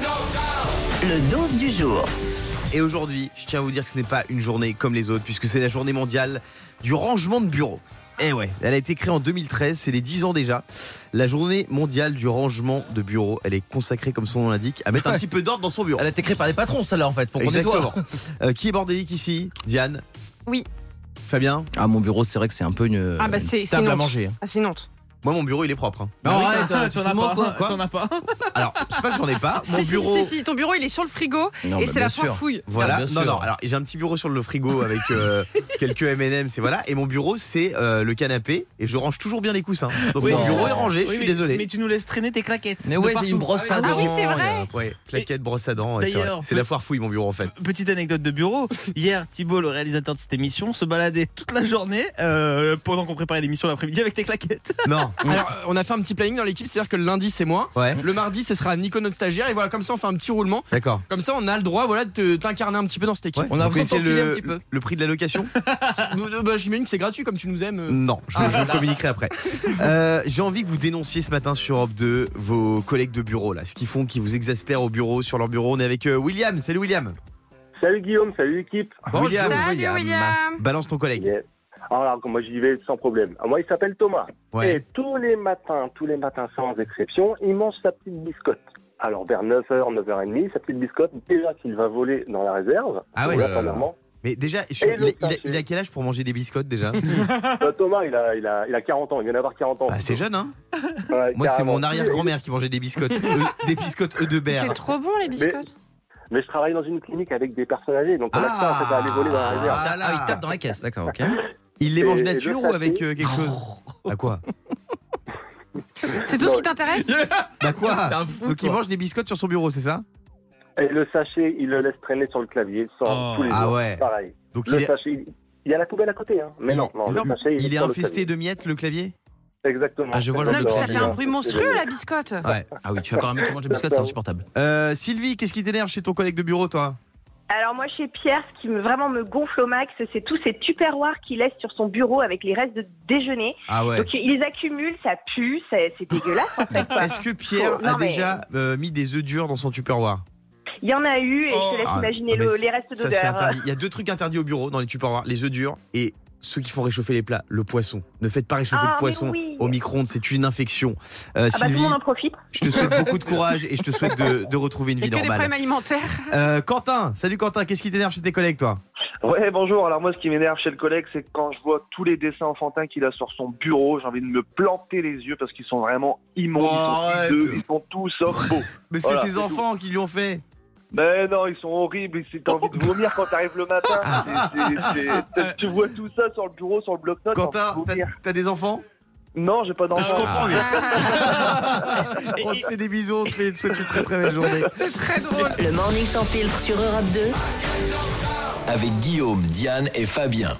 Le dose du jour. Et aujourd'hui, je tiens à vous dire que ce n'est pas une journée comme les autres, puisque c'est la journée mondiale du rangement de bureau. Eh ouais, elle a été créée en 2013, c'est les 10 ans déjà. La journée mondiale du rangement de bureau, elle est consacrée, comme son nom l'indique, à mettre un petit peu d'ordre dans son bureau. Elle a été créée par les patrons, celle-là, en fait, pour qu'on nettoie. Exactement. Euh, qui est bordélique ici Diane Oui. Fabien Ah, mon bureau, c'est vrai que c'est un peu une, Ah, bah, une c'est- c'est table une à honte. manger. Ah, c'est une honte. Moi, mon bureau, il est propre. hein. Ah ouais, Ah, t'en- t'en t'en as as pas. pas Quoi T'en as pas. Alors, c'est pas que j'en ai pas. Mon si, si, bureau. si, si, ton bureau il est sur le frigo Non, et bah, c'est la bien sûr. farfouille. Voilà, Ah, bien non, sûr. non, alors j'ai un petit bureau sur le frigo avec euh, quelques MM, c'est voilà, et mon bureau c'est euh, le canapé, et je range toujours bien les coussins. Donc Oui. mon bureau est rangé, Oui, je suis mais- désolé. Mais tu nous laisses traîner tes claquettes. Mais de ouais, partout. une brosse à Ah dents. oui, c'est vrai. Euh, Ouais, claquette, brosse à dents, et c'est vrai. D'ailleurs, c'est la foire fouille mon bureau en fait. Petite anecdote de bureau. Hier, Thibault, le réalisateur de cette émission, se baladait toute la journée euh, pendant qu'on préparait l'émission l'après-midi avec tes claquettes. Non, Alors, euh, on a fait un petit planning dans l'équipe, c'est-à-dire que le lundi c'est moi, ouais, le mardi ce sera Nico notre stagiaire, et voilà comme ça on fait un petit roulement, d'accord. comme ça on a le droit voilà de te- t'incarner un petit peu dans cette équipe. Ouais. On a Vous l'impression de connaissez t'enfiler le, un petit peu. le prix de la location Nous, euh, bah, J'imagine que c'est gratuit comme tu nous aimes. euh. Non, je, Ah. je vous communiquerai après. Euh, J'ai envie que vous dénonciez ce matin sur Europe 2 vos collègues de bureau, là, ce qu'ils font, qui vous exaspèrent au bureau, sur leur bureau. On est avec euh, William, salut William. Salut Guillaume, salut l'équipe. Bonjour, William. Salut Ah, William. Balance ton collègue. Yeah. Alors, moi j'y vais sans problème. Ah, Moi, il s'appelle Thomas. Ouais. Et tous les matins, tous les matins sans exception, il mange sa petite biscotte. Alors, vers 9h, 9h30, sa petite biscotte, déjà qu'il va voler dans la réserve. Ah ouais. Là, premièrement. Mais déjà, je- il, Et a- le il a, sachet. il a quel âge pour manger des biscottes déjà Euh, Thomas, il a, il, a, il a 40 ans, il vient d'avoir 40 ans. Ah, C'est jeune, hein Ouais, Moi, c'est carrément. mon arrière-grand-mère qui mangeait des biscottes, euh, des biscottes œufs de C'est berre. trop bon les biscottes. Mais je travaille dans une clinique avec des personnes âgées, donc on a ça, ça va aller voler dans la réserve. Ah, Ah, il tape dans la caisse, d'accord, ok. Il les mange Et- et nature le ou sachet. avec euh, quelque chose Oh. À quoi C'est tout ce qui t'intéresse Bah quoi T'es un fou, Donc il toi. mange des biscottes sur son bureau, c'est ça Et le sachet, il le laisse traîner sur le clavier, sans Oh. tous les jours. Ah ouais. Pareil. Donc il Le est, sachet, il- il y a la poubelle à côté, hein. Mais non, non, il- le sachet, il, il est sur le infesté clavier. de miettes le clavier Exactement. Ah, je vois le Non, Voilà, et puis ça William. fait un bruit monstrueux la biscotte. Ouais. Ah oui, tu as encore un mec qui mange des biscottes, c'est insupportable. Euh, Sylvie, qu'est-ce qui t'énerve chez ton collègue de bureau, toi Alors moi chez Pierre, ce qui me, vraiment me gonfle au max, c'est tous ces tupperwares qu'il laisse sur son bureau avec les restes de déjeuner. Ah ouais. Donc il les accumule, ça pue, c'est c'est dégueulasse. Est-ce que Pierre Non, a mais- déjà euh, mis des œufs durs dans son tupperware Il y en a eu et je te laisse Ah, imaginer mais le- c'est- les restes Ça, c'est d'odeur. interdit. Il y a deux trucs interdits au bureau dans les tupperwares les œufs durs et ceux qui font réchauffer les plats, le poisson. Ne faites pas réchauffer Ah, le mais poisson oui. au micro-ondes, c'est une infection. Euh, Ah bah tout le Sylvie, monde en profite. je te souhaite beaucoup de courage et je te souhaite de, de retrouver une Et vie que des normale. problèmes alimentaires. Euh, Quentin, salut Quentin, qu'est-ce qui t'énerve chez tes collègues, toi Ouais, bonjour. Alors moi, ce qui m'énerve chez le collègue, c'est quand je vois tous les dessins enfantins qu'il a sur son bureau, j'ai envie de me planter les yeux parce qu'ils sont vraiment immondes. Oh, arrête. ils, sont hideux, ils sont tous sauf beaux. Mais c'est Voilà, ses c'est enfants qui lui ont fait. Mais non, ils sont horribles. Ils- T'as envie de vomir quand t'arrives le matin. C'est- c'est- c'est- Tu vois tout ça sur le bureau, sur le bloc-notes. t'as Quentin, envie de t'as- vomir. t'as des enfants Non, j'ai pas Oh, Je d'enfant. comprends, mais Ah. on te fait des bisous, on te, fait, te souhaite une très très belle journée. C'est très drôle. Le morning sans filtre sur Europe 2. avec Guillaume, Diane et Fabien.